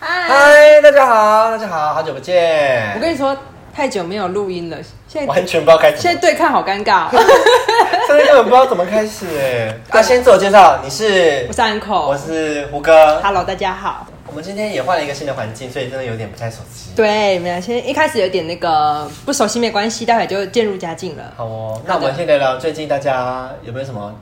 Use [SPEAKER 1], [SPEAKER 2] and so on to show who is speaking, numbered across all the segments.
[SPEAKER 1] 嗨，大家好，大家好，好久不见。
[SPEAKER 2] 我跟你说，太久没有录音了，现在
[SPEAKER 1] 完全不知道开
[SPEAKER 2] 现
[SPEAKER 1] 始，
[SPEAKER 2] 在对看好尴 尬。
[SPEAKER 1] 真的根本不知道怎么开始哎。那先自我介绍，你是
[SPEAKER 2] 我是安
[SPEAKER 1] 我
[SPEAKER 2] 口
[SPEAKER 1] 是胡哥。
[SPEAKER 2] ，Hello，大家好。
[SPEAKER 1] 我们今天也换了一个新的环境，所以真的有点不太熟悉。
[SPEAKER 2] 对，没有，现在一开始有点那个不熟悉没关系，待会就渐入佳境了。
[SPEAKER 1] 好哦，那我们先聊聊最近大家有没有什么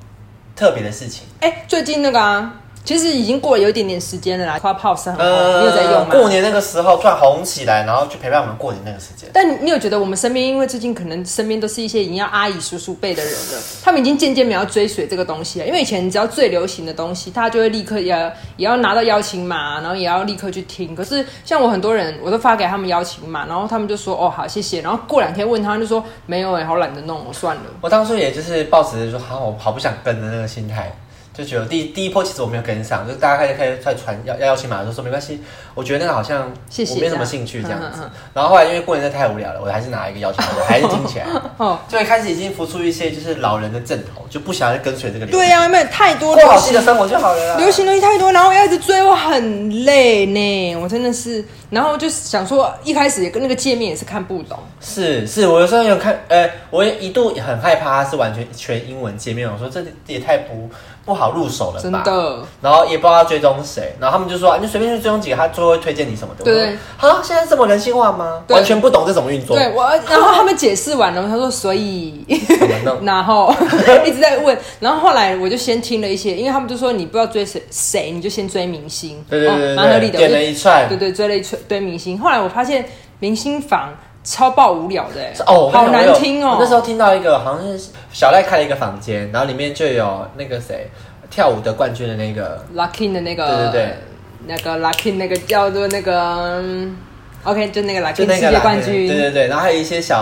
[SPEAKER 1] 特别的事情？
[SPEAKER 2] 哎、最近那个、啊、其实已经过了有一点点时间了啦，Clubhouse 很红，
[SPEAKER 1] 呃
[SPEAKER 2] 你有在用吗？
[SPEAKER 1] 过年那个时候突然红起来，然后去陪伴我们过年那个时间。
[SPEAKER 2] 但你你有觉得我们身边，因为最近可能身边都是一些已经啊要阿姨叔叔辈的人了，他们已经渐渐没有要追随这个东西了。因为以前只要最流行的东西，大家就会立刻也要也要拿到邀请码，然后也要立刻去听。可是像我很多人，我都发给他们邀请码，然后他们就说哦好谢谢，然后过两天问他们就说没有哎、好懒得弄，我算了。
[SPEAKER 1] 我当初也就是抱持说，好，我好不想跟的那个心态，就觉得第一第一波其实我没有跟上，就是大家开始开始在传要要邀请码的时候说没关系，我觉得那个好像
[SPEAKER 2] 谢谢
[SPEAKER 1] 我没什么兴趣这样
[SPEAKER 2] 这样
[SPEAKER 1] 子
[SPEAKER 2] 嗯嗯嗯。
[SPEAKER 1] 然后后来因为过年真的太无聊了，我还是拿一个邀请码，我还是听起来，
[SPEAKER 2] 哦，
[SPEAKER 1] 就会开始已经浮出一些就是老人的阵头，就不想要跟随这个流行
[SPEAKER 2] 对呀、啊因为太多
[SPEAKER 1] 过好
[SPEAKER 2] 流
[SPEAKER 1] 自己
[SPEAKER 2] 行
[SPEAKER 1] 的生活就好了啦。
[SPEAKER 2] 流行东西太多，然后要一直追，我很累呢，我真的是，然后就想说一开始也跟那个界面也是看不懂。
[SPEAKER 1] 是是，我有时候有看，呃，我也一度很害怕它是完全全英文界面，我说这也太不不好入手了吧？
[SPEAKER 2] 真的。
[SPEAKER 1] 然后也不知道追踪谁，然后他们就说、啊、你就随便去追踪几个，他最后会推荐你什么的。
[SPEAKER 2] 对
[SPEAKER 1] 好、啊，现在这么人性化吗？
[SPEAKER 2] 对
[SPEAKER 1] 完全不懂这种运作，
[SPEAKER 2] 对我，然后他们解释完了，他说所以，
[SPEAKER 1] 怎么弄？
[SPEAKER 2] 然后 一直在问，然后后来我就先听了一些，因为他们就说你不要追谁谁，你就先追明星，
[SPEAKER 1] 对对对
[SPEAKER 2] 哦蛮合
[SPEAKER 1] 对
[SPEAKER 2] 理
[SPEAKER 1] 对，
[SPEAKER 2] 的，
[SPEAKER 1] 点了一串
[SPEAKER 2] 我就对对追了一堆堆明星，后来我发现明星房超爆无聊的、欸，
[SPEAKER 1] 哦，
[SPEAKER 2] 好
[SPEAKER 1] 我有
[SPEAKER 2] 难听哦、
[SPEAKER 1] 我那时候听到一个好像是小赖开了一个房间，然后里面就有那个谁跳舞的冠军的那个，
[SPEAKER 2] Lucky 的那
[SPEAKER 1] 对
[SPEAKER 2] 个，
[SPEAKER 1] 对对
[SPEAKER 2] 那个 Lucky 那个叫做那个嗯，OK，就那个
[SPEAKER 1] 就
[SPEAKER 2] Lucky
[SPEAKER 1] 那
[SPEAKER 2] 世
[SPEAKER 1] 个
[SPEAKER 2] 界
[SPEAKER 1] 啦
[SPEAKER 2] 冠
[SPEAKER 1] 对对
[SPEAKER 2] 军，
[SPEAKER 1] 对对，然后还有一些小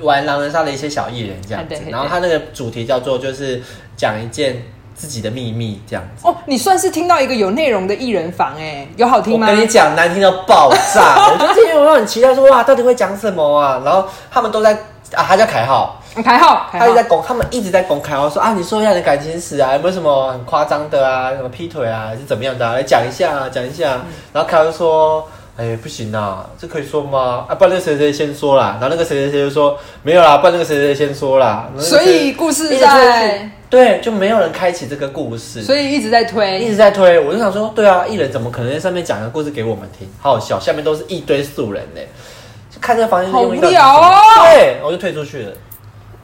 [SPEAKER 1] 玩狼人杀的一些小艺人这样子
[SPEAKER 2] 啊，对
[SPEAKER 1] 然后他那个主题叫做就是讲一件自己的秘密这样子。
[SPEAKER 2] 哦，你算是听到一个有内容的艺人房哎、欸有好听吗？
[SPEAKER 1] 我跟你讲，难听到爆 炸！我就之前我很期待说哇，到底会讲什么啊？然后他们都在啊，他叫凯浩，
[SPEAKER 2] 台浩，
[SPEAKER 1] 他
[SPEAKER 2] 台
[SPEAKER 1] 就
[SPEAKER 2] 浩
[SPEAKER 1] 在公，他们一直在公开，我说啊，你说一下你的感情史啊，有没有什么很夸张的啊，什么劈腿啊，还是怎么样的、啊？来讲一下啊，讲一下
[SPEAKER 2] 嗯
[SPEAKER 1] 啊。然后凯浩就说。哎、不行啊，这可以说吗？啊，不然那个谁谁先说啦。然后那个谁谁谁就说没有啦，不然那个谁谁谁先说啦。然后那个
[SPEAKER 2] 所
[SPEAKER 1] 谁
[SPEAKER 2] 以故事
[SPEAKER 1] 一直
[SPEAKER 2] 在，
[SPEAKER 1] 对，就没有人开启这个故事。
[SPEAKER 2] 所以一直在
[SPEAKER 1] 一
[SPEAKER 2] 推。
[SPEAKER 1] 直在推，我就想说，对啊，艺人怎么可能在上面讲个故事给我们听？好好笑，下面都是一堆素人呢、就看这个房间是用一个
[SPEAKER 2] 好无聊哦
[SPEAKER 1] 对，我就退出去了。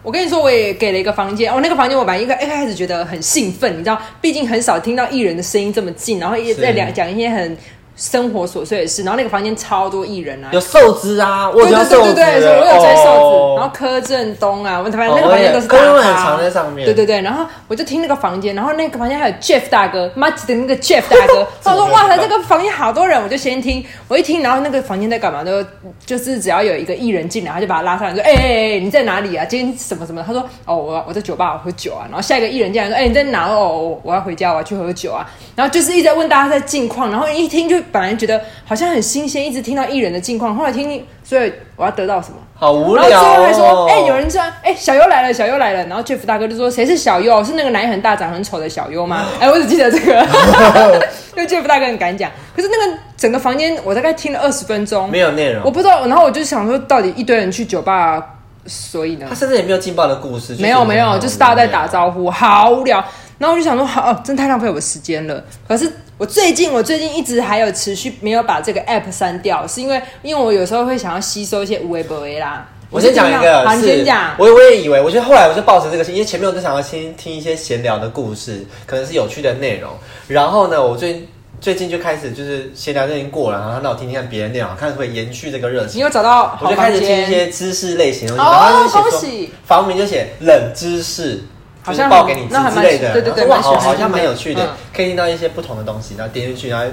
[SPEAKER 2] 我跟你说，我也给了一个房间哦，那个房间我本来一个一开始觉得很兴奋，你知道，毕竟很少听到艺人的声音这么近，然后也
[SPEAKER 1] 是
[SPEAKER 2] 在讲讲一些很生活琐碎的事，然后那个房间超多艺人啊。
[SPEAKER 1] 有瘦子啊，我
[SPEAKER 2] 对
[SPEAKER 1] 有
[SPEAKER 2] 对
[SPEAKER 1] 要
[SPEAKER 2] 对
[SPEAKER 1] 瘦子，
[SPEAKER 2] 对对，我有追
[SPEAKER 1] 哦
[SPEAKER 2] 瘦子，然后柯震东啊，我反正那个
[SPEAKER 1] 哦
[SPEAKER 2] 房间都是
[SPEAKER 1] 柯
[SPEAKER 2] 大
[SPEAKER 1] 震东很
[SPEAKER 2] 咖
[SPEAKER 1] 常在上面
[SPEAKER 2] 对对对，然后我就听那个房间，然后那个房间还有 Jeff 大哥，妈的那 个 Jeff 大哥，
[SPEAKER 1] 这我
[SPEAKER 2] 我说
[SPEAKER 1] 没有
[SPEAKER 2] 哇
[SPEAKER 1] 听
[SPEAKER 2] 塞，
[SPEAKER 1] 到
[SPEAKER 2] 这个房间好多人，我就先听，我一听，然后那个房间在干嘛呢？就是只要有一个艺人进来，他就把他拉上来，说哎哎哎，你在哪里啊？今天什么什么？他说哦，我我在酒吧我喝酒啊。然后下一个艺人进来说，哎、你在哪？哦，我我要回家，我要去喝酒啊。然后就是一直在问大家在近况，然后一听就本来觉得好像很新鲜，一直听到艺人的近况，后来听听，所以我要得到什么？
[SPEAKER 1] 好无
[SPEAKER 2] 然后
[SPEAKER 1] 聊、
[SPEAKER 2] 最后
[SPEAKER 1] 哦。
[SPEAKER 2] 还说，哎、有人这样，哎、小优来了，小优来了。然后 Jeff 大哥就说，谁是小优？是那个奶很大、长很丑的小优 吗？哎、我只记得这个， 因为 Jeff 大哥很敢讲。可是那个整个房间，我大概听了二十分钟
[SPEAKER 1] 没，有内
[SPEAKER 2] 我
[SPEAKER 1] 容，
[SPEAKER 2] 不知道。然后我就想说，到底一堆人去酒吧，所以呢
[SPEAKER 1] 他？甚至也没有劲爆的故事，
[SPEAKER 2] 没有没有，就是大家在打
[SPEAKER 1] 呼。
[SPEAKER 2] 招呼，好无聊。然后我就想说，好、哦，真太浪费我时间了。可是我最近，我最近一直还有持续没有把这个 app 删掉，是因为因为我有时候会想要吸收一些无微不微啦。
[SPEAKER 1] 我先讲一
[SPEAKER 2] 好，
[SPEAKER 1] 个，
[SPEAKER 2] 你
[SPEAKER 1] 是
[SPEAKER 2] 先讲，。
[SPEAKER 1] 我我也以为，我觉得后来我就抱着这个心，因为前面我就想要先听一些闲聊的故事，可能是有趣的内容。然后呢，我最最近就开始就是闲聊就已经过了，然后那我听听看别人内容，看会延续这个热
[SPEAKER 2] 你
[SPEAKER 1] 情。
[SPEAKER 2] 有找到
[SPEAKER 1] 我
[SPEAKER 2] 好
[SPEAKER 1] 就开
[SPEAKER 2] 房
[SPEAKER 1] 始听一
[SPEAKER 2] 间？
[SPEAKER 1] 些知识类型的东西，
[SPEAKER 2] 哦
[SPEAKER 1] 然后他就
[SPEAKER 2] 恭
[SPEAKER 1] 写
[SPEAKER 2] 喜
[SPEAKER 1] 说房名就写冷知识。
[SPEAKER 2] 好像
[SPEAKER 1] 就是报给你知
[SPEAKER 2] 那还
[SPEAKER 1] 之
[SPEAKER 2] 蛮
[SPEAKER 1] 类的，
[SPEAKER 2] 对对对
[SPEAKER 1] 然后哇，
[SPEAKER 2] 蛮喜
[SPEAKER 1] 好
[SPEAKER 2] 欢
[SPEAKER 1] 好像
[SPEAKER 2] 听的
[SPEAKER 1] 蛮有趣的
[SPEAKER 2] 嗯，
[SPEAKER 1] 可以听到一些不同的东西，然后点进去，然后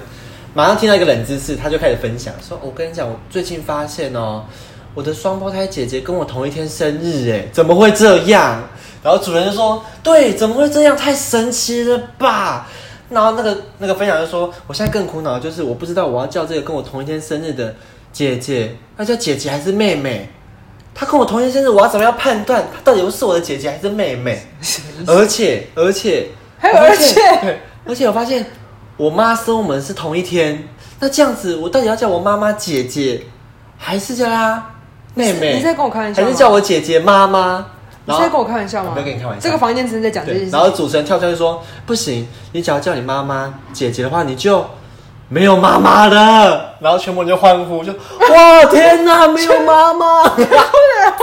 [SPEAKER 1] 马上听到一个冷知识，他就开始分享，说：“我跟你讲，我最近发现哦，我的双胞胎姐姐跟我同一天生日，哎，怎么会这样？”然后主人就说：“对，怎么会这样？太神奇了吧！”然后那个那个分享就说：“我现在更苦恼，就是我不知道我要叫这个跟我同一天生日的姐姐，要叫姐姐还是妹妹？她跟我同一天生日，我要怎么样判断她到底是我的姐姐 还是妹妹？而且而且
[SPEAKER 2] 还有而且
[SPEAKER 1] 对而且我发现我妈生我们是同一天，那这样子我到底要叫我妈妈姐姐，还是叫她妹妹？
[SPEAKER 2] 你是在跟我开玩笑吗
[SPEAKER 1] 还是叫我姐姐妈妈？
[SPEAKER 2] 你是在跟我开玩笑吗？
[SPEAKER 1] 我没有跟你开玩笑
[SPEAKER 2] 这个房间只是在讲这件
[SPEAKER 1] 对，
[SPEAKER 2] 事。
[SPEAKER 1] 然后主持人跳出来就说：“不行，你只要叫你妈妈姐姐的话，你就没有妈妈了。” 然后全部人就欢呼，就哇天哪，没有妈妈！ 全部人欢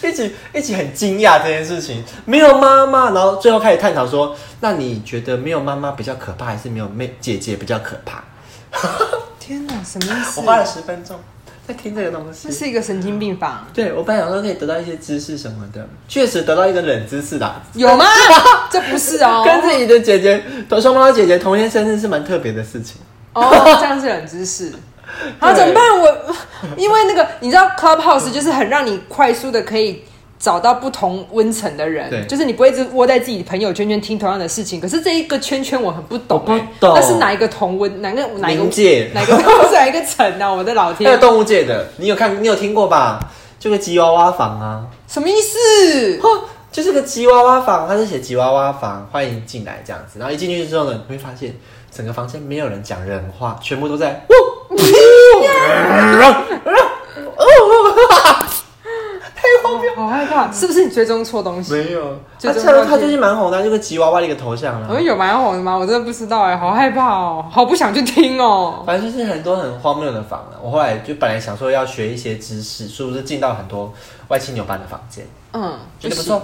[SPEAKER 1] 呼，一起一起很惊讶这件事情，没有妈妈。然后最后开始探讨说：“那你觉得没有妈妈比较可怕，还是没有妹姐姐比较可怕
[SPEAKER 2] 天哪，什么意？”思
[SPEAKER 1] 我？花了十分钟在听这个东
[SPEAKER 2] 这
[SPEAKER 1] 西。
[SPEAKER 2] 是一个神经病房，
[SPEAKER 1] 对，我本来想说可以得到一些知识什么的，确实得到一个冷知识啦，
[SPEAKER 2] 有 吗？这不是哦，
[SPEAKER 1] 跟自己的姐姐，双胞胎姐姐同一天生日是蛮特别的事情。
[SPEAKER 2] 哦，这样是冷知识。 好，怎么办？我因为那个你知道，Clubhouse 就是很让你快速的可以找到不同温层的
[SPEAKER 1] 对
[SPEAKER 2] 人，就是你不会一直窝在自己朋友圈圈听同样的事情。可是这一个圈圈我很不懂、
[SPEAKER 1] 我不
[SPEAKER 2] 欸
[SPEAKER 1] 懂
[SPEAKER 2] 那是哪一个同温，哪个哪一个
[SPEAKER 1] 冥界
[SPEAKER 2] 哪个是哪一个层呢、啊？我的老
[SPEAKER 1] 还有
[SPEAKER 2] 天，
[SPEAKER 1] 动物界的，你有看，你有听过吧？就个吉娃娃房啊，
[SPEAKER 2] 什么意思？
[SPEAKER 1] 哦，就是个吉娃娃房，它是写吉娃娃房，欢迎进来这样子。然后一进去之后呢，你会发现整个房间没有人讲人话，全部都 在呜，
[SPEAKER 2] 好害怕，是不是你追踪错东西？
[SPEAKER 1] 没有。
[SPEAKER 2] 最
[SPEAKER 1] 他啊
[SPEAKER 2] 终
[SPEAKER 1] 这
[SPEAKER 2] 要
[SPEAKER 1] 个
[SPEAKER 2] 去
[SPEAKER 1] 他最近蛮红的，就个吉娃娃的一个头像啊
[SPEAKER 2] 我
[SPEAKER 1] 啦。
[SPEAKER 2] 哦有蛮红的吗？我真的不知道哎、好害怕哦，好不想去听哦。
[SPEAKER 1] 反正就是很多很荒谬的房啊。我后来就本来想说要学一些知识，是不是进到很多歪七扭八的房间，
[SPEAKER 2] 嗯，
[SPEAKER 1] 觉得不
[SPEAKER 2] 是
[SPEAKER 1] 错。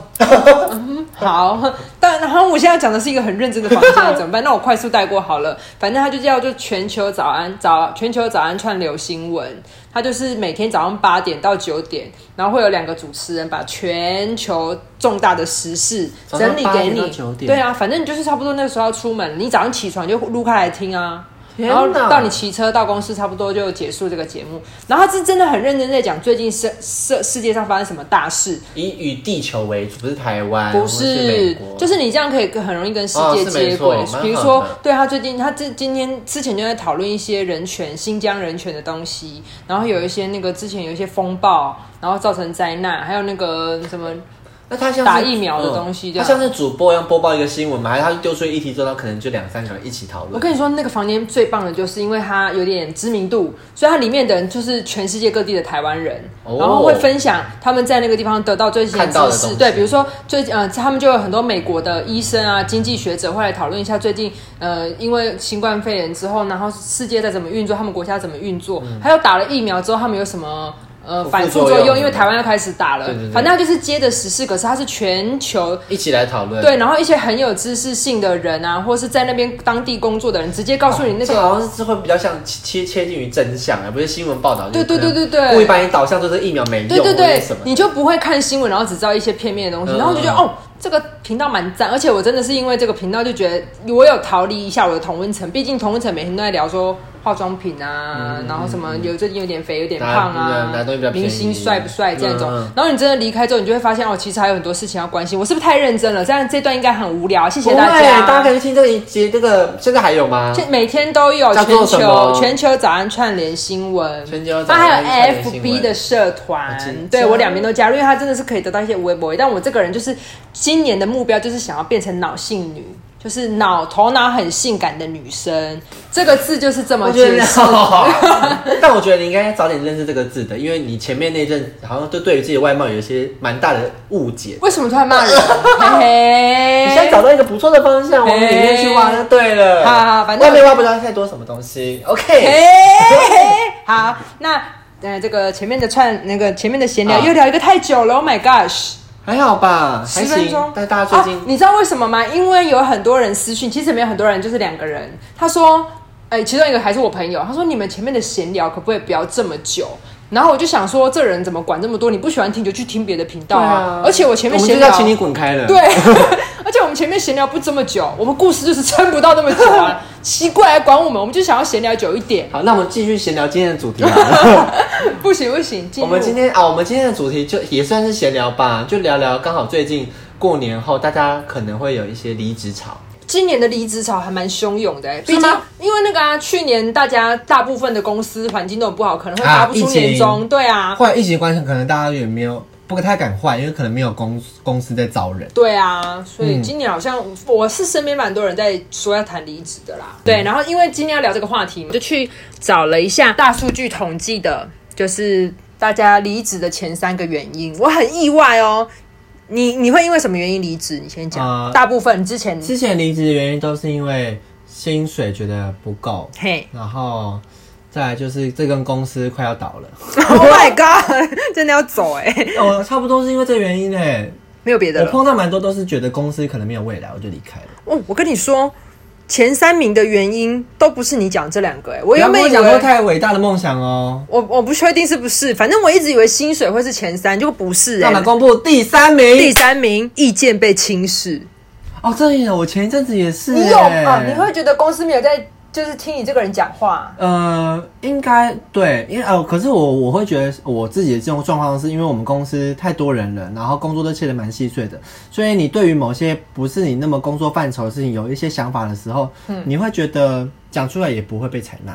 [SPEAKER 2] 好，但然后我现在讲的是一个很认真的房 间，怎么办？那我快速带过好了。反正它就叫做全球早安早全球早安串流新闻，它就是每天早上八点到九点，然后会有两个主持人把全球重大的时事
[SPEAKER 1] 早上
[SPEAKER 2] 整理给
[SPEAKER 1] 8点到
[SPEAKER 2] 你
[SPEAKER 1] 9。点
[SPEAKER 2] 对啊，反正你就是差不多那个时候要出门，你早上起床就撸开来听啊。
[SPEAKER 1] 天
[SPEAKER 2] 然后
[SPEAKER 1] 哪
[SPEAKER 2] 到你骑车到公司，差不多就结束这个节目。然后他是真的很认真在讲最近世世世界上发生什么大事，
[SPEAKER 1] 以与地球为主，不是台湾，
[SPEAKER 2] 不
[SPEAKER 1] 啊或是美
[SPEAKER 2] 是
[SPEAKER 1] 国，
[SPEAKER 2] 就是你这样可以很容易跟世界
[SPEAKER 1] 哦是没
[SPEAKER 2] 接
[SPEAKER 1] 错
[SPEAKER 2] 轨。
[SPEAKER 1] 蛮好
[SPEAKER 2] 比如说
[SPEAKER 1] 的，
[SPEAKER 2] 对他最近，他这今天之前就在讨论一些人权、新疆人权的东西，然后有一些那个之前有一些风暴，然后造成灾难，还有那个什么，
[SPEAKER 1] 那他像是
[SPEAKER 2] 打疫苗的东
[SPEAKER 1] 嗯
[SPEAKER 2] 西这
[SPEAKER 1] 他
[SPEAKER 2] 样
[SPEAKER 1] 像是主播一样播报一个新闻嘛，还是他丢出议题之后，他可能就两三个人一起讨论。
[SPEAKER 2] 我跟你说，那个房间最棒的就是因为它有点知名度，所以它里面的人就是全世界各地的台湾人，
[SPEAKER 1] 哦
[SPEAKER 2] 然后会分享他们在那个地方得到最新
[SPEAKER 1] 看到
[SPEAKER 2] 的
[SPEAKER 1] 的
[SPEAKER 2] 知
[SPEAKER 1] 东西
[SPEAKER 2] 识。对，比如说最呃，他们就有很多美国的医生啊、经济学者会来讨论一下最近呃，因为新冠肺炎之后，然后世界在怎么运作，他们国家怎么运作，还有打了疫苗之后他们有什么。呃，
[SPEAKER 1] 嗯副
[SPEAKER 2] 反
[SPEAKER 1] 作
[SPEAKER 2] 副作
[SPEAKER 1] 用
[SPEAKER 2] 用，因为台湾要开始打了，
[SPEAKER 1] 对对对
[SPEAKER 2] 反正它就是接着十四，可是它是全球
[SPEAKER 1] 一起来讨论。
[SPEAKER 2] 对，然后一些很有知识性的人啊，或是在那边当地工作的人，直接告诉你那
[SPEAKER 1] 这个
[SPEAKER 2] 个。
[SPEAKER 1] 好像是会比较像切切近于真相，啊而不是新闻报道。
[SPEAKER 2] 对对对对
[SPEAKER 1] 就是可能
[SPEAKER 2] 对
[SPEAKER 1] 嗯故意把你导向就是疫苗没用，
[SPEAKER 2] 对对
[SPEAKER 1] 或者
[SPEAKER 2] 对
[SPEAKER 1] 是什，么
[SPEAKER 2] 你就不会看新闻，然后只知道一些片面的东西，
[SPEAKER 1] 嗯
[SPEAKER 2] 然后我就觉得
[SPEAKER 1] 嗯
[SPEAKER 2] 哦，这个频道蛮赞，而且我真的是因为这个频道就觉得我有逃离一下我的同温层，毕竟同温层每天都在聊说化妆品啊，
[SPEAKER 1] 嗯
[SPEAKER 2] 然后什么有最近有点肥有点胖啊
[SPEAKER 1] 哪哪东西比较，便宜
[SPEAKER 2] 明星帅不帅这样种，
[SPEAKER 1] 嗯嗯
[SPEAKER 2] 然后你真的离开之后，你就会发现哦，其实还有很多事情要关心，我是不是太认真了？这样这段应该很无聊，谢谢大
[SPEAKER 1] 不会
[SPEAKER 2] 家，
[SPEAKER 1] 大家可以去听这个一节，这个现在还有吗？
[SPEAKER 2] 这每天都有
[SPEAKER 1] 叫
[SPEAKER 2] 全
[SPEAKER 1] 做什么
[SPEAKER 2] 球全球早安串联新闻，
[SPEAKER 1] 全球早
[SPEAKER 2] 它
[SPEAKER 1] 安串
[SPEAKER 2] 还有
[SPEAKER 1] 联新闻
[SPEAKER 2] FB 的社
[SPEAKER 1] 啊
[SPEAKER 2] 团
[SPEAKER 1] 真，
[SPEAKER 2] 对
[SPEAKER 1] 假
[SPEAKER 2] 我两边都加入，因为它真的是可以得到一些微博。但我这个人就是今年的目标就是想要变成脑性女，就是脑头脑很性感的女生，这个字就是这么
[SPEAKER 1] 我觉得
[SPEAKER 2] 解
[SPEAKER 1] 你
[SPEAKER 2] 释。
[SPEAKER 1] 好， 但我觉得你应该早点认识这个字的，因为你前面那阵好像就对于自己的外貌有一些蛮大的误解。
[SPEAKER 2] 为什么突然骂人？
[SPEAKER 1] 你
[SPEAKER 2] 嘿
[SPEAKER 1] 现在
[SPEAKER 2] 嘿
[SPEAKER 1] 找到一个不错的方向，哦往里面去挖就对了。
[SPEAKER 2] 哎好好好反正哎
[SPEAKER 1] 外面挖不到太多什么东西。OK，
[SPEAKER 2] 嘿，好，那呃，这个前面的串那个前面的闲聊
[SPEAKER 1] 啊
[SPEAKER 2] 又聊一个太久了，Oh my gosh！
[SPEAKER 1] 还好吧，还
[SPEAKER 2] 十分
[SPEAKER 1] 行
[SPEAKER 2] 钟。。
[SPEAKER 1] 但大家最
[SPEAKER 2] 啊
[SPEAKER 1] 近
[SPEAKER 2] 你知道为什么吗？因为有很多人私讯，其实没有很多人，就是两个人。他说，哎、其中一个还是我朋友，他说你们前面的闲聊可不可以不要这么久？然后我就想说，这人怎么管这么多？你不喜欢听就去听别的频道啊！而且我前面
[SPEAKER 1] 我们
[SPEAKER 2] 闲
[SPEAKER 1] 就要
[SPEAKER 2] 聊，
[SPEAKER 1] 请你滚开了。
[SPEAKER 2] 对，，而且我们前面闲聊不这么久，我们故事就是撑不到那么久 啊！奇怪，还管我们，我们就想要闲聊久一点。
[SPEAKER 1] 好，那我们继续闲聊今天的主题吧。
[SPEAKER 2] 不行不行，进
[SPEAKER 1] 我
[SPEAKER 2] 入
[SPEAKER 1] 们今天啊，我们今天的主题就也算是闲聊吧，就聊聊刚好最近过年后大家可能会有一些离职潮。
[SPEAKER 2] 今年的离职潮还蛮汹涌的、欸，毕
[SPEAKER 1] 是
[SPEAKER 2] 竟
[SPEAKER 1] 吗
[SPEAKER 2] 因为那个啊，去年大家大部分的公司环境都很不好，可能会发不
[SPEAKER 1] 啊疫
[SPEAKER 2] 出
[SPEAKER 1] 情
[SPEAKER 2] 年终，对啊，
[SPEAKER 1] 或者疫情关系，可能大家也没有不太敢换，因为可能没有公公司在招人。
[SPEAKER 2] 对啊，所
[SPEAKER 1] 嗯
[SPEAKER 2] 以今年好像我是身边蛮多人在说要谈离职的啦。
[SPEAKER 1] 嗯
[SPEAKER 2] 对，然后因为今天要聊这个话题，我就去找了一下大数据统计的，就是大家离职的前三个原因。我很意外哦，你你会因为什么原因离职？你先讲。
[SPEAKER 1] 呃
[SPEAKER 2] 大部分之前
[SPEAKER 1] 之前离职的原因都是因为薪水觉得不够，
[SPEAKER 2] 嘿
[SPEAKER 1] 然后再来就是这跟公司快要倒 了。
[SPEAKER 2] ，Oh my god，真 的要走哎、
[SPEAKER 1] 我哦差不多是因为这个原因诶，
[SPEAKER 2] 没有别的
[SPEAKER 1] 我
[SPEAKER 2] 了。
[SPEAKER 1] 碰到蛮多都是觉得公司可能没有未来，我就离开了。
[SPEAKER 2] 哦，我跟你说，前三名的原因都不是你讲这两个哎、我
[SPEAKER 1] 不要
[SPEAKER 2] 原
[SPEAKER 1] 跟
[SPEAKER 2] 本
[SPEAKER 1] 我
[SPEAKER 2] 以
[SPEAKER 1] 讲说
[SPEAKER 2] 为。
[SPEAKER 1] 太伟大的梦想哦。
[SPEAKER 2] 我我不确定是不是，反正我一直以为薪水会是前三，结果不是
[SPEAKER 1] 那
[SPEAKER 2] 哎、
[SPEAKER 1] 我们公布第三名。
[SPEAKER 2] 第三名，意见被轻视。
[SPEAKER 1] 哦，这里有，我前一阵子也是、
[SPEAKER 2] 你
[SPEAKER 1] 欸。
[SPEAKER 2] 有啊？你会觉得公司没有在，就是听你这个人讲话。
[SPEAKER 1] 呃，应该对，因为哦，可是我我会觉得呃我自己的这种状况是因为我们公司太多人了，然后工作都切得蛮细碎的，所以你对于某些不是你那么工作范畴的事情有一些想法的时候，
[SPEAKER 2] 嗯
[SPEAKER 1] 你会觉得讲出来也不会被采纳，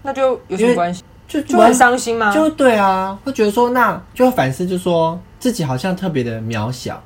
[SPEAKER 2] 那就有什么关系？
[SPEAKER 1] 就
[SPEAKER 2] 就很伤心吗？
[SPEAKER 1] 就对啊，会觉得说那就会反思，就说自己好像特别的渺小，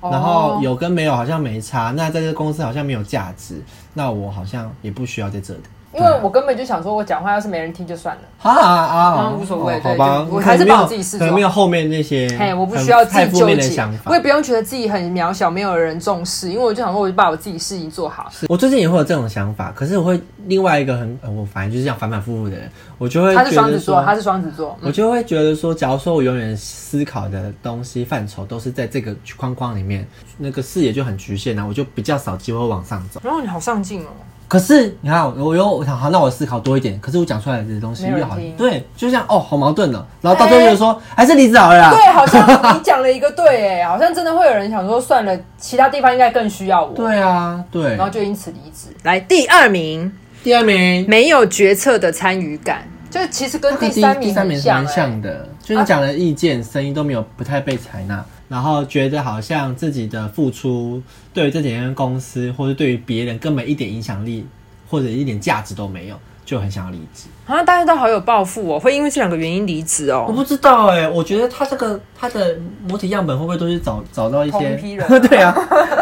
[SPEAKER 2] 哦
[SPEAKER 1] 然后有跟没有好像没差，那在这个公司好像没有价值，那我好像也不需要在这里。
[SPEAKER 2] 因为我根本就想说，我讲话要是没人听就算了。
[SPEAKER 1] 啊啊啊！
[SPEAKER 2] 嗯无所谓
[SPEAKER 1] 哦
[SPEAKER 2] 对
[SPEAKER 1] 好吧，
[SPEAKER 2] 就我还是
[SPEAKER 1] 可能没有
[SPEAKER 2] 把我自己事做
[SPEAKER 1] 可能没有后面那些，
[SPEAKER 2] 嘿，哎我不需要自
[SPEAKER 1] 太
[SPEAKER 2] 己
[SPEAKER 1] 负
[SPEAKER 2] 纠
[SPEAKER 1] 面的
[SPEAKER 2] 结
[SPEAKER 1] 想，法
[SPEAKER 2] 我也。不用觉得自己很渺小，没有人重视。因为我就想说，我就把我自己事情做好。
[SPEAKER 1] 是我最近也会有这种想法，可是我会另外一个很，呃我反正就是这样反反复复的人，我就会
[SPEAKER 2] 他是
[SPEAKER 1] 觉
[SPEAKER 2] 双
[SPEAKER 1] 得
[SPEAKER 2] 子座，
[SPEAKER 1] 说，
[SPEAKER 2] 他是双子座。
[SPEAKER 1] 我就会觉得说，假如说我永远思考的东西范畴都是在这个框框里面，那个视野就很局限了、我就比较少机会往上走。
[SPEAKER 2] 然后你好上进哦，
[SPEAKER 1] 可是你看，我又我想好，那我思考多一点，可是我讲出来的东西
[SPEAKER 2] 没有
[SPEAKER 1] 又
[SPEAKER 2] 人
[SPEAKER 1] 好
[SPEAKER 2] 听，
[SPEAKER 1] 对，就像哦，好矛盾哦，然后到最后
[SPEAKER 2] 哎
[SPEAKER 1] 就说、还是离职好了啦。
[SPEAKER 2] 对，好像你讲了一个对，哎，好像真的会有人想说，算了，其他地方应该更需要我，
[SPEAKER 1] 对啊，对
[SPEAKER 2] 然。后就因此离职。来，第二名，
[SPEAKER 1] 第二名，
[SPEAKER 2] 没有决策的参与感，就是其实跟
[SPEAKER 1] 那个
[SPEAKER 2] 第
[SPEAKER 1] 第
[SPEAKER 2] 三
[SPEAKER 1] 第
[SPEAKER 2] 名
[SPEAKER 1] 三名
[SPEAKER 2] 很
[SPEAKER 1] 是
[SPEAKER 2] 像、
[SPEAKER 1] 蛮
[SPEAKER 2] 欸。
[SPEAKER 1] 像的，就是讲的意见、声音都没有不太被采纳，然后觉得好像自己的付出对于这几间公司或者对于别人根本一点影响力或者一点价值都没有，就很想要离职。
[SPEAKER 2] 啊，大家都好有抱负哦，会因为这两个原因离职
[SPEAKER 1] 我
[SPEAKER 2] 哦。
[SPEAKER 1] 不知道哎、我觉得他这个他的母体样本会不会都是找找到一
[SPEAKER 2] 同
[SPEAKER 1] 些啊
[SPEAKER 2] 一批人
[SPEAKER 1] 对啊，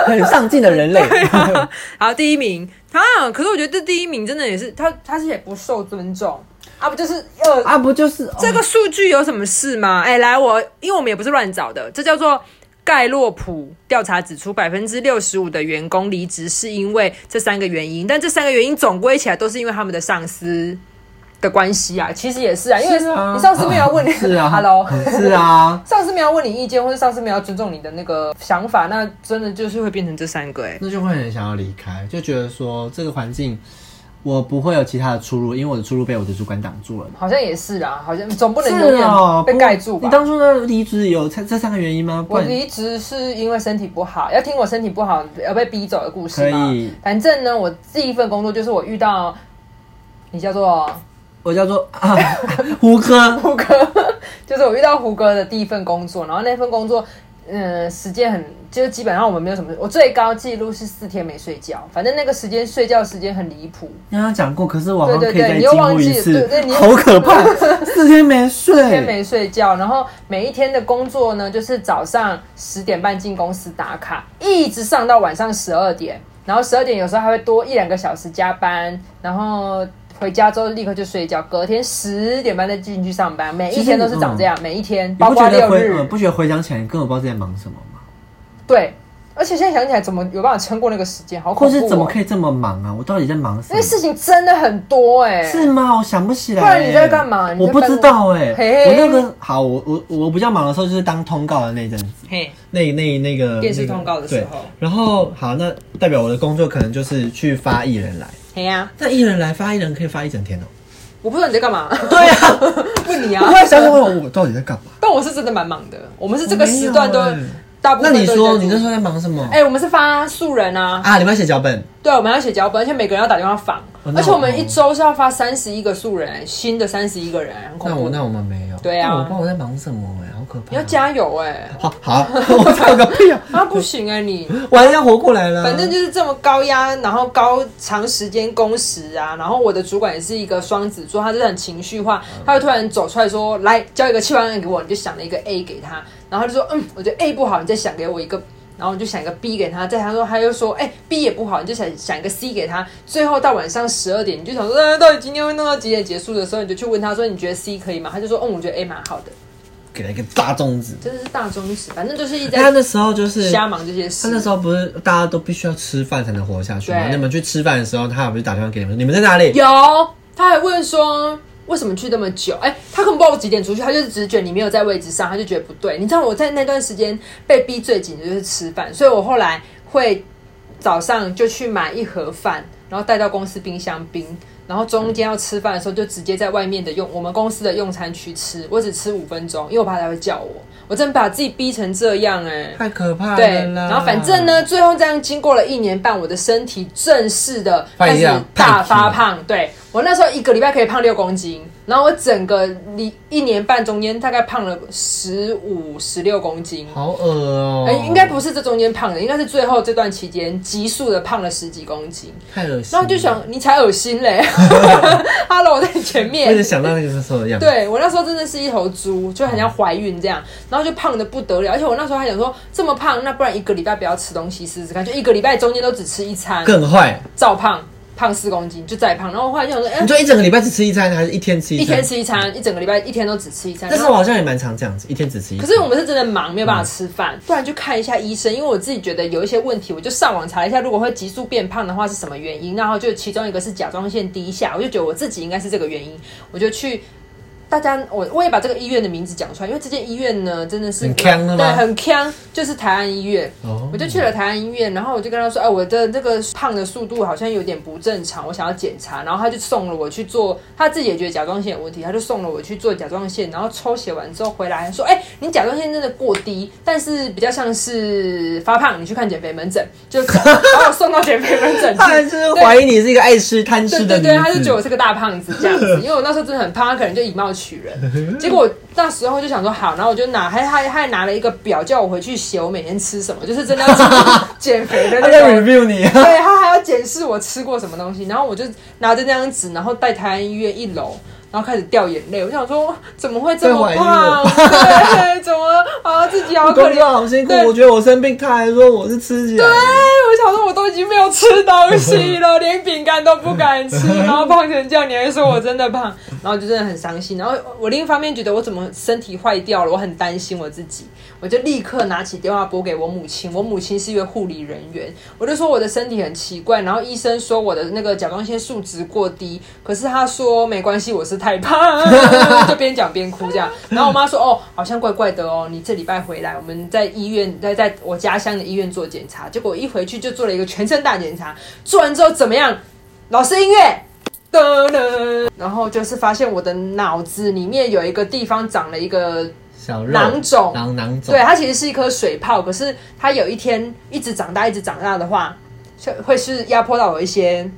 [SPEAKER 1] 很上进的人 类。
[SPEAKER 2] 好，第一名啊，可是我觉得这第一名真的也是他，他是也不受尊重啊，不就是呃、
[SPEAKER 1] 啊，不就是
[SPEAKER 2] 这个数据有什么事吗？哎、来我，因为我们也不是乱找的，这叫做。盖洛普调查指出，百分之六十五的员工离职是因为这三个原因，但这三个原因总归起来都是因为他们的上司的关系啊。其实也是啊，因为
[SPEAKER 1] 是啊
[SPEAKER 2] 你上司没有问你，
[SPEAKER 1] 是啊
[SPEAKER 2] ，Hello，
[SPEAKER 1] 是啊，
[SPEAKER 2] 上司没有问你意见，或者上司没有尊重你的那个想法，那真的就是会变成这三个哎、
[SPEAKER 1] 那就会很想要离开，就觉得说这个环境我不会有其他的出路，因为我的出路被我的主管挡住了。
[SPEAKER 2] 好像也是啦，好像总不能永
[SPEAKER 1] 是哦，
[SPEAKER 2] 远被
[SPEAKER 1] 不
[SPEAKER 2] 盖住吧
[SPEAKER 1] 你。当初的离职有这这三个原因吗？不
[SPEAKER 2] 我
[SPEAKER 1] 然
[SPEAKER 2] 离职是因为身体不好，要听我身体不好而被逼走的故事吗
[SPEAKER 1] 可以？
[SPEAKER 2] 反正呢，我第一份工作就是我遇到，你叫做
[SPEAKER 1] 我叫做啊胡歌，
[SPEAKER 2] 胡歌， 就是我遇到胡歌的第一份工作，然后那份工作，嗯，时间很，就是基本上我们没有什么，我最高记录是四天没睡觉，反正那个时间睡觉时间很离谱，
[SPEAKER 1] 刚刚讲过，可是我好像
[SPEAKER 2] 对
[SPEAKER 1] 可以
[SPEAKER 2] 对对
[SPEAKER 1] 再
[SPEAKER 2] 你又
[SPEAKER 1] 进
[SPEAKER 2] 忘
[SPEAKER 1] 步
[SPEAKER 2] 记
[SPEAKER 1] 一
[SPEAKER 2] 了
[SPEAKER 1] 次
[SPEAKER 2] 对对你，又
[SPEAKER 1] 好可怕， 四天没
[SPEAKER 2] 四天
[SPEAKER 1] 睡，
[SPEAKER 2] 没睡觉，然后每一天的工作呢，就是早上十点半进公司打卡，一直上到晚上十二点，然后十二点有时候还会多一两个小时加班，然后回家之后立刻就睡觉，隔天十点半再进去上班，每一天都是长这样，每一天
[SPEAKER 1] 你
[SPEAKER 2] 包
[SPEAKER 1] 不
[SPEAKER 2] 括
[SPEAKER 1] 觉得
[SPEAKER 2] 六
[SPEAKER 1] 回呃
[SPEAKER 2] 日，
[SPEAKER 1] 不觉得回想起来你根本不知道自己在忙什么吗？
[SPEAKER 2] 对，而且现在想起来，怎么有办法撑过那个时间？好
[SPEAKER 1] 或
[SPEAKER 2] 恐怖、
[SPEAKER 1] 是
[SPEAKER 2] 哦！
[SPEAKER 1] 怎么可以这么忙啊？我到底在忙什
[SPEAKER 2] 因
[SPEAKER 1] 么？
[SPEAKER 2] 为事情真的很多哎、
[SPEAKER 1] 是吗？我想不起来、
[SPEAKER 2] 不然你在干嘛你在
[SPEAKER 1] 我不知道哎、
[SPEAKER 2] 嘿
[SPEAKER 1] 我那个好，我我我比较忙的时候就是当通告的那阵子，
[SPEAKER 2] 嘿，
[SPEAKER 1] 那那那个
[SPEAKER 2] 电视通告的时候
[SPEAKER 1] 那个对然后好，那代表我的工作可能就是去发艺人来。
[SPEAKER 2] 嘿呀、
[SPEAKER 1] 那艺人来发艺人可以发一整天哦、
[SPEAKER 2] 我不知道你在干嘛，
[SPEAKER 1] 对啊，
[SPEAKER 2] 问你
[SPEAKER 1] 我
[SPEAKER 2] 啊
[SPEAKER 1] 突。然想想，我我到底在干 嘛？
[SPEAKER 2] 但我是真的蛮忙的，我们是这个时段都
[SPEAKER 1] 我没有欸
[SPEAKER 2] 大部
[SPEAKER 1] 那
[SPEAKER 2] 分都
[SPEAKER 1] 你
[SPEAKER 2] 是
[SPEAKER 1] 说
[SPEAKER 2] 在
[SPEAKER 1] 你那时候在忙什么？
[SPEAKER 2] 哎、我们是发素人啊，
[SPEAKER 1] 啊，你们要写脚本，
[SPEAKER 2] 对，我们要写脚本，而且每个人要打电话访，
[SPEAKER 1] 哦那
[SPEAKER 2] 而且
[SPEAKER 1] 我
[SPEAKER 2] 我们一周是要发三十一个素人、欸新的三十一个人，很恐
[SPEAKER 1] 那
[SPEAKER 2] 怖
[SPEAKER 1] 我。那我们没有。
[SPEAKER 2] 对啊
[SPEAKER 1] 但我不知道我在忙什么哎、好可怕。
[SPEAKER 2] 你要加油哎、
[SPEAKER 1] 好好， 我操个屁啊！
[SPEAKER 2] 啊不行哎、你，
[SPEAKER 1] 我还要活过来了。
[SPEAKER 2] 反正就是这么高压，然后高长时间工时啊，然后我的主管也是一个双子座，他就是很情绪化，他会突然走出来说：“来交一个企划案给我。”你就想了一个 A 给他，然然后他就说，嗯，我觉得 A 不好，你再想给我一个。然后我就想一个 B 给他，再他说他又说，哎、b 也不好，你就想想一个 C 给他。最后到晚上十二点，你就想说，呃，到底今天会弄到几点结束的时候，你就去问他说，你觉得 C 可以吗？他就说，嗯，我觉得 A 蛮好的，
[SPEAKER 1] 给了一个大粽子。
[SPEAKER 2] 真的是大中指，反正就是一直
[SPEAKER 1] 但他
[SPEAKER 2] 在
[SPEAKER 1] 那时候就是
[SPEAKER 2] 瞎忙这些
[SPEAKER 1] 他那
[SPEAKER 2] 事
[SPEAKER 1] 时。候不是大家都必须要吃饭才能活下去吗？
[SPEAKER 2] 对
[SPEAKER 1] 你们去吃饭的时候，他不是打电话给你们说你们在哪里？
[SPEAKER 2] 有，他还问说。为什么去那么久？哎、他根本不知道我几点出去，他就是只觉得你没有在位置上，他就觉得不对。你知道我在那段时间被逼最紧的就是吃饭，所以我后来会早上就去买一盒饭，然后带到公司冰箱冰，然后中间要吃饭的时候就直接在外面的用我们公司的用餐区吃，我只吃五分钟，因为我怕他会叫我。我真把自己逼成这样哎、
[SPEAKER 1] 太可怕
[SPEAKER 2] 对
[SPEAKER 1] 了，啦！
[SPEAKER 2] 然后反正，呢，最后这样经过了一年半，我的身体正式的
[SPEAKER 1] 发
[SPEAKER 2] 开
[SPEAKER 1] 现
[SPEAKER 2] 始大发
[SPEAKER 1] 胖起
[SPEAKER 2] 胖。对我那时候一个礼拜可以胖六公斤，然后我整个一一年半中间大概胖了十五十六公斤。
[SPEAKER 1] 好恶哦、
[SPEAKER 2] 哎、应该不是这中间胖的，应该是最后这段期间急速的胖了十几公斤。
[SPEAKER 1] 太恶心了。
[SPEAKER 2] 然后我就
[SPEAKER 1] 嗯
[SPEAKER 2] 想，你才恶心嘞 ！Hello，我在你前 面，
[SPEAKER 1] 我一直想到那个时候的样子。
[SPEAKER 2] 对我那时候真的是一头猪，就很像怀孕这样，然后就胖的不得了，而且我那时候还想说这么胖，那不然一个礼拜不要吃东西试试看，就一个礼拜中间都只吃一餐，
[SPEAKER 1] 更坏，
[SPEAKER 2] 照胖，胖四公斤就再胖，然后我后来就想说，哎、
[SPEAKER 1] 你就一整个礼拜只吃一餐，还是一天吃一餐？
[SPEAKER 2] 一天。吃一餐，一整个礼拜一天都只吃一餐，
[SPEAKER 1] 但
[SPEAKER 2] 然
[SPEAKER 1] 是
[SPEAKER 2] 后
[SPEAKER 1] 我好像也蛮常这样子，一天只吃一
[SPEAKER 2] 可
[SPEAKER 1] 餐。
[SPEAKER 2] 是我们是真的忙，没有办法
[SPEAKER 1] 嗯
[SPEAKER 2] 吃饭，不然就看一下医生，因为我自己觉得有一些问题，我就上网查一下，如果会急速变胖的话是什么原因，然后就其中一个是甲状腺低下，我就觉得我自己应该是这个原因，我就去。大家，我我也把这个医院的名字讲出来，因为这间医院呢，真的是
[SPEAKER 1] 很呛的吗
[SPEAKER 2] 对，很呛，就是台安医院。
[SPEAKER 1] 哦
[SPEAKER 2] 我就去了台湾医院，然后我就跟他说，哎，我的这个胖的速度好像有点不正常，我想要检查，然后他就送了我去做，他自己也觉得甲状腺有问题，他就送了我去做甲状腺，然后抽血完之后回来说，哎，你甲状腺真的过低，但是比较像是发胖，你去看减肥门诊，就把我送到减肥门诊去
[SPEAKER 1] 他 还是怀疑你是一个爱吃贪吃
[SPEAKER 2] 对
[SPEAKER 1] 的嗯
[SPEAKER 2] 对
[SPEAKER 1] 女
[SPEAKER 2] 对，他就
[SPEAKER 1] 子
[SPEAKER 2] 觉得我是个大胖子这样子，因为我那时候真的很胖，他可能就以貌取 人。结果我那时候就想说好，然后我就拿还还还拿了一个表叫我回去写我每天吃什么，就是真的 要记录减肥的
[SPEAKER 1] 他
[SPEAKER 2] 那
[SPEAKER 1] 在
[SPEAKER 2] 种。
[SPEAKER 1] review 你。啊
[SPEAKER 2] 对他还要检视我吃过什么东西，然后我就拿着那张纸，然后带台湾医院一楼，然后开始掉眼泪。我想说怎么会这么
[SPEAKER 1] 在
[SPEAKER 2] 胖？
[SPEAKER 1] 怀
[SPEAKER 2] 对，怎么啊自己好可
[SPEAKER 1] 工
[SPEAKER 2] 怜
[SPEAKER 1] 作。好辛苦，
[SPEAKER 2] 对
[SPEAKER 1] 我觉得我生病，他还说我是吃起来的。
[SPEAKER 2] 哎，我想说我都已经没有吃东西了，连饼干都不敢吃，然后胖成这样，你还说我真的胖，然后就真的很伤心。然后我另一方面觉得我怎么身体坏掉了，我很担心我自己，我就立刻拿起电话拨给我母亲，我母亲是一位护理人员，我就说我的身体很奇怪，然后医生说我的那个甲状腺数值过低，可是他说没关系，我是太胖， 就边讲边哭这样。然后我妈说哦，好像怪怪的哦，你这礼拜回来，我们在医院在在我家乡的医院做检查，结果我一回去就做了一个全身大检查，做完之后怎么样？老师音乐。噔噔，然后就是发现我的脑子里面有一个地方长了一个
[SPEAKER 1] 小肉
[SPEAKER 2] 囊肿
[SPEAKER 1] 囊囊肿，
[SPEAKER 2] 对，，它其实是一颗水泡，可是它有一天一直长大，一直长大的话，就会是压迫到我一些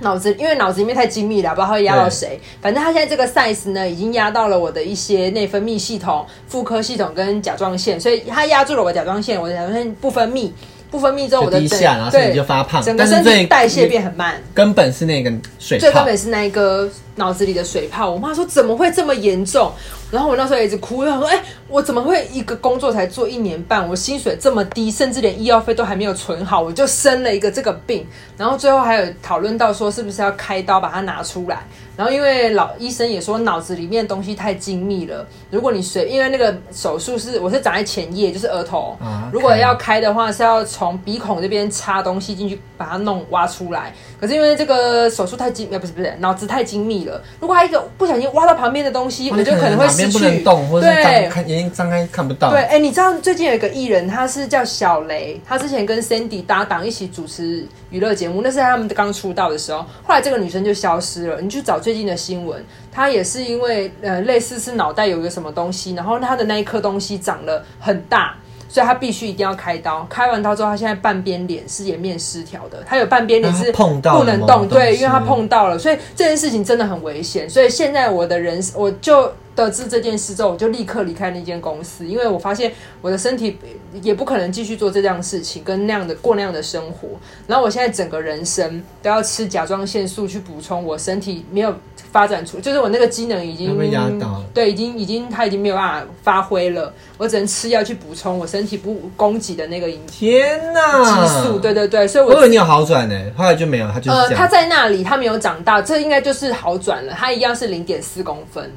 [SPEAKER 2] 脑子，因为脑子里面太精密了，不知道它会压到谁。反正它现在这个 size 呢，已经压到了我的一些内分泌系统、妇科系统跟甲状腺，所以它压住了我甲状腺，我的甲状腺不分泌，不分泌之后我
[SPEAKER 1] 就
[SPEAKER 2] 的
[SPEAKER 1] 低
[SPEAKER 2] 整
[SPEAKER 1] 下，然后身体就
[SPEAKER 2] 对
[SPEAKER 1] 发胖。
[SPEAKER 2] 整个
[SPEAKER 1] 但是
[SPEAKER 2] 身
[SPEAKER 1] 最
[SPEAKER 2] 体代谢变很慢。
[SPEAKER 1] 根本是那个水
[SPEAKER 2] 最根
[SPEAKER 1] 泡，
[SPEAKER 2] 本是那一个脑子里的水泡。我妈说怎么会这么严重？然后我那时候也一直哭，我想说，哎、我怎么会一个工作才做一年半，我薪水这么低，甚至连医药费都还没有存好，我就生了一个这个病。然后最后还有讨论到说，是不是要开刀把它拿出来？然后因为老医生也说脑子里面的东西太精密了，如果你随因为那个手术是我是长在前叶，就是额头，
[SPEAKER 1] 啊
[SPEAKER 2] 如果要开的话是要从鼻孔这边插东西进去，把它弄挖出来。可是因为这个手术太精，呃，不是不是，脑子太精密了。如果他一个不小心挖到旁边的东西，我就可能会
[SPEAKER 1] 哪
[SPEAKER 2] 失
[SPEAKER 1] 边
[SPEAKER 2] 去
[SPEAKER 1] 不哦能动，或者是张
[SPEAKER 2] 对。
[SPEAKER 1] 看眼睛张开看不到。
[SPEAKER 2] 对，，哎、你知道最近有一个艺人，他是叫小雷，他之前跟 Sandy 搭档一起主持娱乐节目，那是他们刚出道的时候。后来这个女生就消失了，你去找最近的新闻，她也是因为呃类似是脑袋有一个什么东西，然后她的那一颗东西长了很大。所以她必须一定要开刀，开完刀之后，她现在半边脸是颜面失调的，她有半边脸
[SPEAKER 1] 啊
[SPEAKER 2] 是
[SPEAKER 1] 碰到了
[SPEAKER 2] 不能
[SPEAKER 1] 某个东
[SPEAKER 2] 动，对，因为她
[SPEAKER 1] 西
[SPEAKER 2] 碰到了，所以这件事情真的很危险。所以现在我的人，我就得知这件事之后，我就立刻离开那间公司，因为我发现我的身体也不可能继续做这样的事情，跟那样的过那样的生活。然后我现在整个人生都要吃甲状腺素去补充，我身体没有发展出，就是我那个机能已经
[SPEAKER 1] 被压倒了
[SPEAKER 2] 对，已经已经它已经没有办法发挥了，我只能吃药去补充我身体不供给的那个营
[SPEAKER 1] 天哪！
[SPEAKER 2] 激素。对对对，所以
[SPEAKER 1] 我以
[SPEAKER 2] 我
[SPEAKER 1] 为你有好转呢，后来就没有，他就是
[SPEAKER 2] 呃，
[SPEAKER 1] 这
[SPEAKER 2] 他
[SPEAKER 1] 样，
[SPEAKER 2] 在那里他没有长大，这应该就是好转了。他一样是零点四公分，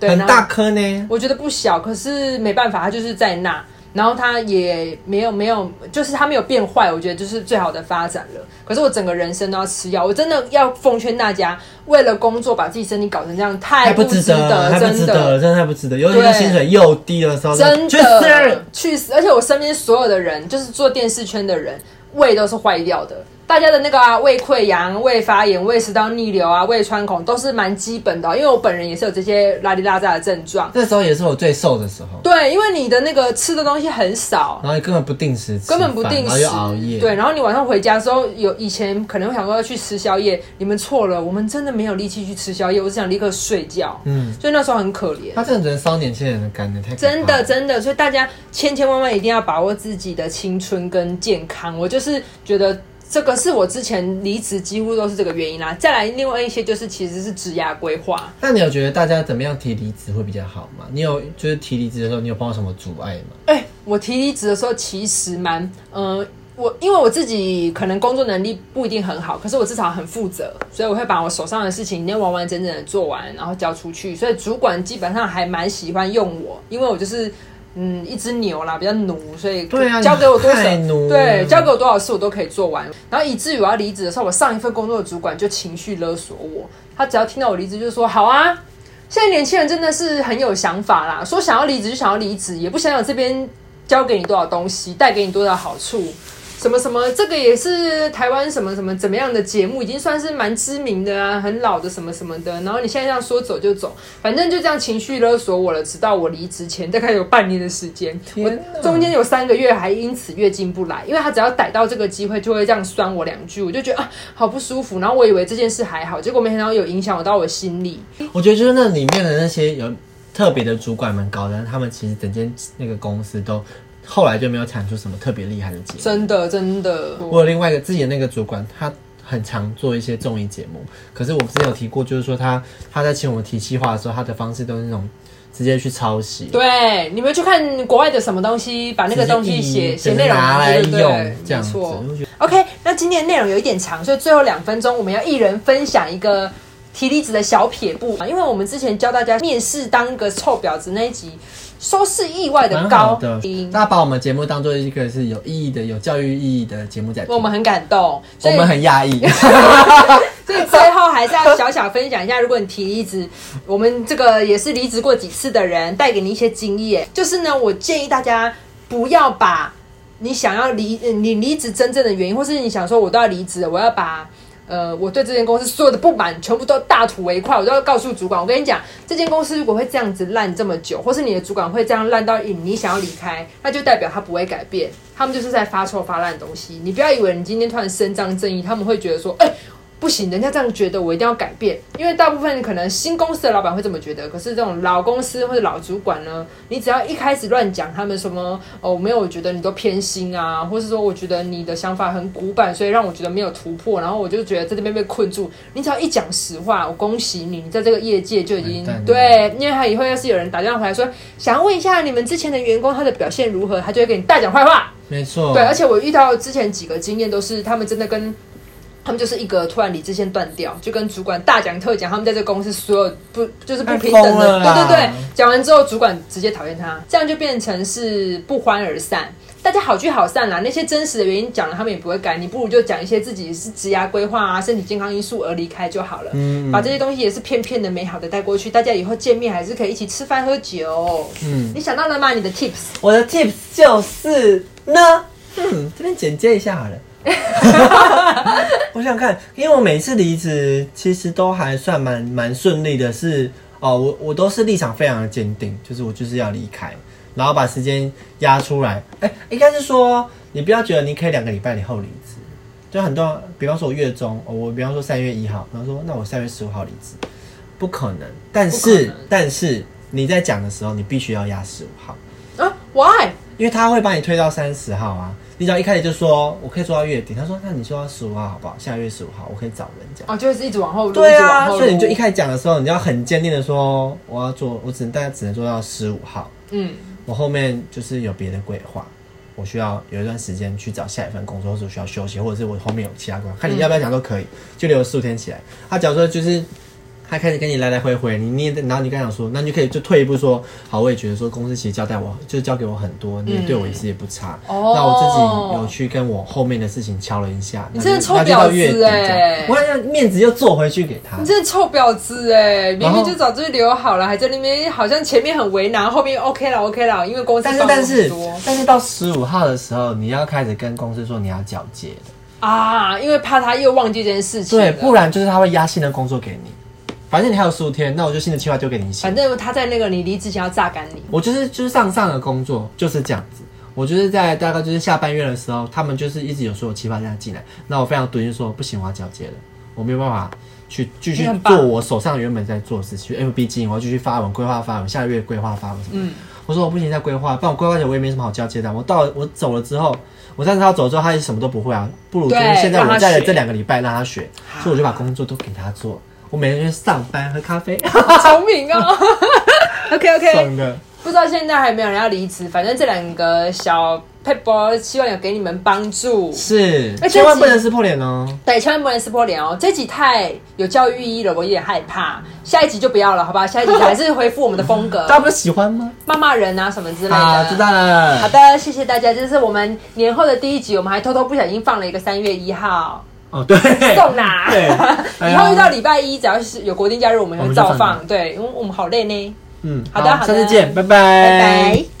[SPEAKER 2] 对，
[SPEAKER 1] 很
[SPEAKER 2] 然后
[SPEAKER 1] 大颗呢。
[SPEAKER 2] 我觉得不小，可是没办法，他就是在那。然后他也没有没有，就是他没有变坏，我觉得就是最好的发展了。可是我整个人生都要吃药，我真的要奉劝大家，为了工作把自己身体搞成这样，太
[SPEAKER 1] 太不
[SPEAKER 2] 值
[SPEAKER 1] 值得，太不值
[SPEAKER 2] 真的
[SPEAKER 1] 得，真的太不值得。尤其是薪水又低的时候，
[SPEAKER 2] 真
[SPEAKER 1] 去
[SPEAKER 2] 的
[SPEAKER 1] 死！
[SPEAKER 2] 去死！而且我身边所有的人，就是做电视圈的人，胃都是坏掉的。大家的那个啊，胃溃疡、胃发炎、胃食道逆流啊、胃穿孔都是蛮基本的哦、因为我本人也是有这些拉里拉扎的症状。
[SPEAKER 1] 那时候也是我最瘦的时候，
[SPEAKER 2] 对，因为你的那个吃的东西很少，
[SPEAKER 1] 然后根本不定啊时吃
[SPEAKER 2] 根
[SPEAKER 1] 饭，
[SPEAKER 2] 本不定
[SPEAKER 1] 然后
[SPEAKER 2] 时
[SPEAKER 1] 又熬夜，
[SPEAKER 2] 对，，然后你晚上回家之后，有以前可能会想说要去吃宵夜，你们错了，我们真的没有力气去吃宵夜，我只想立刻睡觉。
[SPEAKER 1] 嗯，
[SPEAKER 2] 所以那时候很可怜。
[SPEAKER 1] 他真的只能烧年轻人的肝呢，太可怕
[SPEAKER 2] 真的
[SPEAKER 1] 了
[SPEAKER 2] 真的，所以大家千千万万一定要把握自己的青春跟健康。我就是觉得这个是我之前离职几乎都是这个原因啦。再来另外一些就是其实是职涯规划，
[SPEAKER 1] 那你有觉得大家怎么样提离职会比较好吗？你有就是提离职的时候，你有碰到什么阻碍吗？
[SPEAKER 2] 哎、我提离职的时候其实蛮，呃，我因为我自己可能工作能力不一定很好，可是我至少很负责，所以我会把我手上的事情那完完整整的做完，然后交出去。所以主管基本上还蛮喜欢用我，因为我就是。嗯，一只牛啦，比较奴，所以
[SPEAKER 1] 对啊
[SPEAKER 2] 交给我多少
[SPEAKER 1] 太奴了
[SPEAKER 2] 对，交给我多少事我都可以做完。然后以至于我要离职的时候，我上一份工作的主管就情绪勒索我，他只要听到我离职就说：“好啊，现在年轻人真的是很有想法啦，说想要离职就想要离职，也不想想这边教给你多少东西，带给你多少好处，什么什么，这个也是台湾什么什么怎么样的节目，已经算是蛮知名的啊，很老的什么什么的。然后你现在这样说走就走，反正就这样情绪勒索我了，直到我离职前大概有半年的时间，
[SPEAKER 1] 天哪
[SPEAKER 2] 我中间有三个月还因此月经不来，因为他只要逮到这个机会就会这样酸我两句，我就觉得啊好不舒服。然后我以为这件事还好，结果没想到有影响我到我心里。
[SPEAKER 1] 我觉得就是那里面的那些有特别的主管们搞的，他们其实整间那个公司都后来就没有产出什么特别厉害的节目。
[SPEAKER 2] 真的真的，
[SPEAKER 1] 我有另外一个自己的那个主管，他很常做一些综艺节目，可是我之前有提过，就是说他他在请我们提企划的时候，他的方式都是那种直接去抄袭，
[SPEAKER 2] 对，你们去看国外的什么东西，把那个东西写
[SPEAKER 1] 直接
[SPEAKER 2] 写
[SPEAKER 1] 移
[SPEAKER 2] 内容
[SPEAKER 1] 拿来
[SPEAKER 2] 对不对
[SPEAKER 1] 用这样
[SPEAKER 2] 没
[SPEAKER 1] 子。
[SPEAKER 2] 错
[SPEAKER 1] 我。就觉得
[SPEAKER 2] OK，那今天的内容有一点长，所以最后两分钟我们要一人分享一个提离职的小撇步，因为我们之前教大家面试当个臭婊子那一集，收视意外的
[SPEAKER 1] 蛮
[SPEAKER 2] 高
[SPEAKER 1] 好的，
[SPEAKER 2] 音
[SPEAKER 1] 大家把我们节目当做一个是有意义的、有教育意义的节目在听，
[SPEAKER 2] 我们很感动，
[SPEAKER 1] 我
[SPEAKER 2] 所以
[SPEAKER 1] 们很讶 异。
[SPEAKER 2] 所以 最后还是要小小分享一下，如果你提离职，我们这个也是离职过几次的人，带给你一些经验。就是呢，我建议大家不要把你想要离呃你离职真正的原因，或是你想说我都要离职了，我要把。呃，我对这间公司所有的不满全部都大吐为快，我都要告诉主管。我跟你讲，这间公司如果会这样子烂这么久，或是你的主管会这样烂到你你想要离开，那就代表他不会改变，他们就是在发臭发烂的东西。你不要以为你今天突然伸张正义，他们会觉得说，哎、不行，人家这样觉得，我一定要改变。因为大部分可能新公司的老板会这么觉得，可是这种老公司或者老主管呢，你只要一开始乱讲他们什么哦，没有，我觉得你都偏心啊，或是说我觉得你的想法很古板，所以让我觉得没有突破，然后我就觉得在这边被困住。你只要一讲实话，我恭喜你，你在这个业界就已经
[SPEAKER 1] 完蛋了
[SPEAKER 2] 对，因为他以后要是有人打电话回来说想要问一下你们之前的员工他的表现如何，他就会给你大讲坏话。
[SPEAKER 1] 没错，
[SPEAKER 2] 对，而且我遇到之前几个经验都是，他们真的跟他们就是一个突然理智线断掉，就跟主管大讲特讲，他们在这公司所有不就是不平等
[SPEAKER 1] 哎太疯了
[SPEAKER 2] 的，对
[SPEAKER 1] 啦
[SPEAKER 2] 对对，讲完之后主管直接讨厌他，这样就变成是不欢而散。大家好聚好散啦，那些真实的原因讲了，他们也不会改。你不如就讲一些自己是职涯规划啊、身体健康因素而离开就好了。
[SPEAKER 1] 嗯
[SPEAKER 2] 把这些东西也是片片的美好的带过去，大家以后见面还是可以一起吃饭喝酒。
[SPEAKER 1] 嗯，
[SPEAKER 2] 你想到了吗？你的 tips。
[SPEAKER 1] 我的 tips 就是呢，嗯，这边简介一下 好了。我想看，因为我每次离职其实都还算蛮蛮顺利的是，哦，我我都是立场非常的坚定，就是我就是要离开，然后把时间压出来。哎、应该是说你不要觉得你可以两个礼拜以后离职，就很多人，比方说我月中，哦、我比方说三月一号，然后说那我三月十五号离职，不可能。但
[SPEAKER 2] 不可
[SPEAKER 1] 是
[SPEAKER 2] 能
[SPEAKER 1] 但是你在讲的时候，你必须要压十五号，
[SPEAKER 2] 啊，Why？
[SPEAKER 1] 因为他会把你推到三十号啊。你只要一开始就说我可以做到月底，他说那你做到十五号好不好？下个月十五号我可以找人讲。
[SPEAKER 2] 哦，就是一直往后撸，
[SPEAKER 1] 对
[SPEAKER 2] 一直往
[SPEAKER 1] 啊，
[SPEAKER 2] 后撸
[SPEAKER 1] 所以你就一开始讲的时候，你就要很坚定的说我要做，我只能大概只能做到十五号，
[SPEAKER 2] 嗯
[SPEAKER 1] 我后面就是有别的规划。我需要有一段时间去找下一份工作，或者我需要休息，或者是我后面有其他工作，看你要不要讲都可以，就留十五天起来。他、假如说就是他开始跟你来来回回，你你也然后你刚想说，那你就可以就退一步说，好，我也觉得说公司其实交代我，就交给我很多，你也对我也是也不差。
[SPEAKER 2] 哦
[SPEAKER 1] 那我自己有去跟我后面的事情敲了一下，
[SPEAKER 2] 你
[SPEAKER 1] 那
[SPEAKER 2] 真的
[SPEAKER 1] 就
[SPEAKER 2] 臭
[SPEAKER 1] 那就到
[SPEAKER 2] 婊
[SPEAKER 1] 月
[SPEAKER 2] 子
[SPEAKER 1] 底
[SPEAKER 2] 欸
[SPEAKER 1] 这样我要面子又做回去给他。
[SPEAKER 2] 你真的臭婊子哎！明
[SPEAKER 1] 然后
[SPEAKER 2] 明就早就留好了，还在那边好像前面很为难，后面 OK 了 OK 了，因为公司
[SPEAKER 1] 但是
[SPEAKER 2] 帮我
[SPEAKER 1] 但
[SPEAKER 2] 很
[SPEAKER 1] 是
[SPEAKER 2] 多
[SPEAKER 1] 但是到十五号的时候，你要开始跟公司说你要交接了
[SPEAKER 2] 啊，因为怕他又忘记这件事情了。
[SPEAKER 1] 对，不然就是他会压新的工作给你。反正你还有十五天，那我就新的计划丢给你写
[SPEAKER 2] 反。正他在那个你离职前要榨干你。
[SPEAKER 1] 我就是就是上上的工作就是这样子。我就是在大概就是下半月的时候，他们就是一直有说有企划这样进来，那我非常笃定说不行，我要交接了，我没有办法去继续
[SPEAKER 2] 你很棒
[SPEAKER 1] 做我手上原本在做的事情。MB 经营，我要继续发文规划发文，下个月规划发文什么的。
[SPEAKER 2] 嗯
[SPEAKER 1] 我说我不行再规划，不然我规划起来我也没什么好交接的。我到了我走了之后，我但是他走了之后，他也什么都不会啊，不如就是
[SPEAKER 2] 对
[SPEAKER 1] 现在
[SPEAKER 2] 让他
[SPEAKER 1] 我在
[SPEAKER 2] 学
[SPEAKER 1] 的这两个礼拜让他学，所以我就把工作都给他做。我每天去上班喝咖啡，
[SPEAKER 2] 聪明哦。OK OK，
[SPEAKER 1] 爽的。
[SPEAKER 2] 不知道现在还有没有人要离职，反正这两个小 paper 希望有给你们帮助。
[SPEAKER 1] 是，
[SPEAKER 2] 哎
[SPEAKER 1] 千万
[SPEAKER 2] 这集
[SPEAKER 1] 不能撕破脸哦。，
[SPEAKER 2] 对，千万不能撕破脸哦！这集太有教育意义了，我有点害怕。下一集就不要了，好吧？下一集还是恢复我们的风格
[SPEAKER 1] 大家不是喜欢吗？
[SPEAKER 2] 骂骂人啊什么之类的。
[SPEAKER 1] 好，知道了。
[SPEAKER 2] 好的，谢谢大家，这是我们年后的第一集，我们还偷偷不小心放了一个三月一号，
[SPEAKER 1] 哦，对，
[SPEAKER 2] 送啦。
[SPEAKER 1] 对哎
[SPEAKER 2] 以
[SPEAKER 1] 呀
[SPEAKER 2] 后遇到礼拜一，只要是有嗯国定假日，我们
[SPEAKER 1] 我
[SPEAKER 2] 会
[SPEAKER 1] 们就
[SPEAKER 2] 照
[SPEAKER 1] 放
[SPEAKER 2] 放。对，因为我们好累呢。
[SPEAKER 1] 嗯，
[SPEAKER 2] 好的好的
[SPEAKER 1] 下次见，拜拜，
[SPEAKER 2] 拜拜。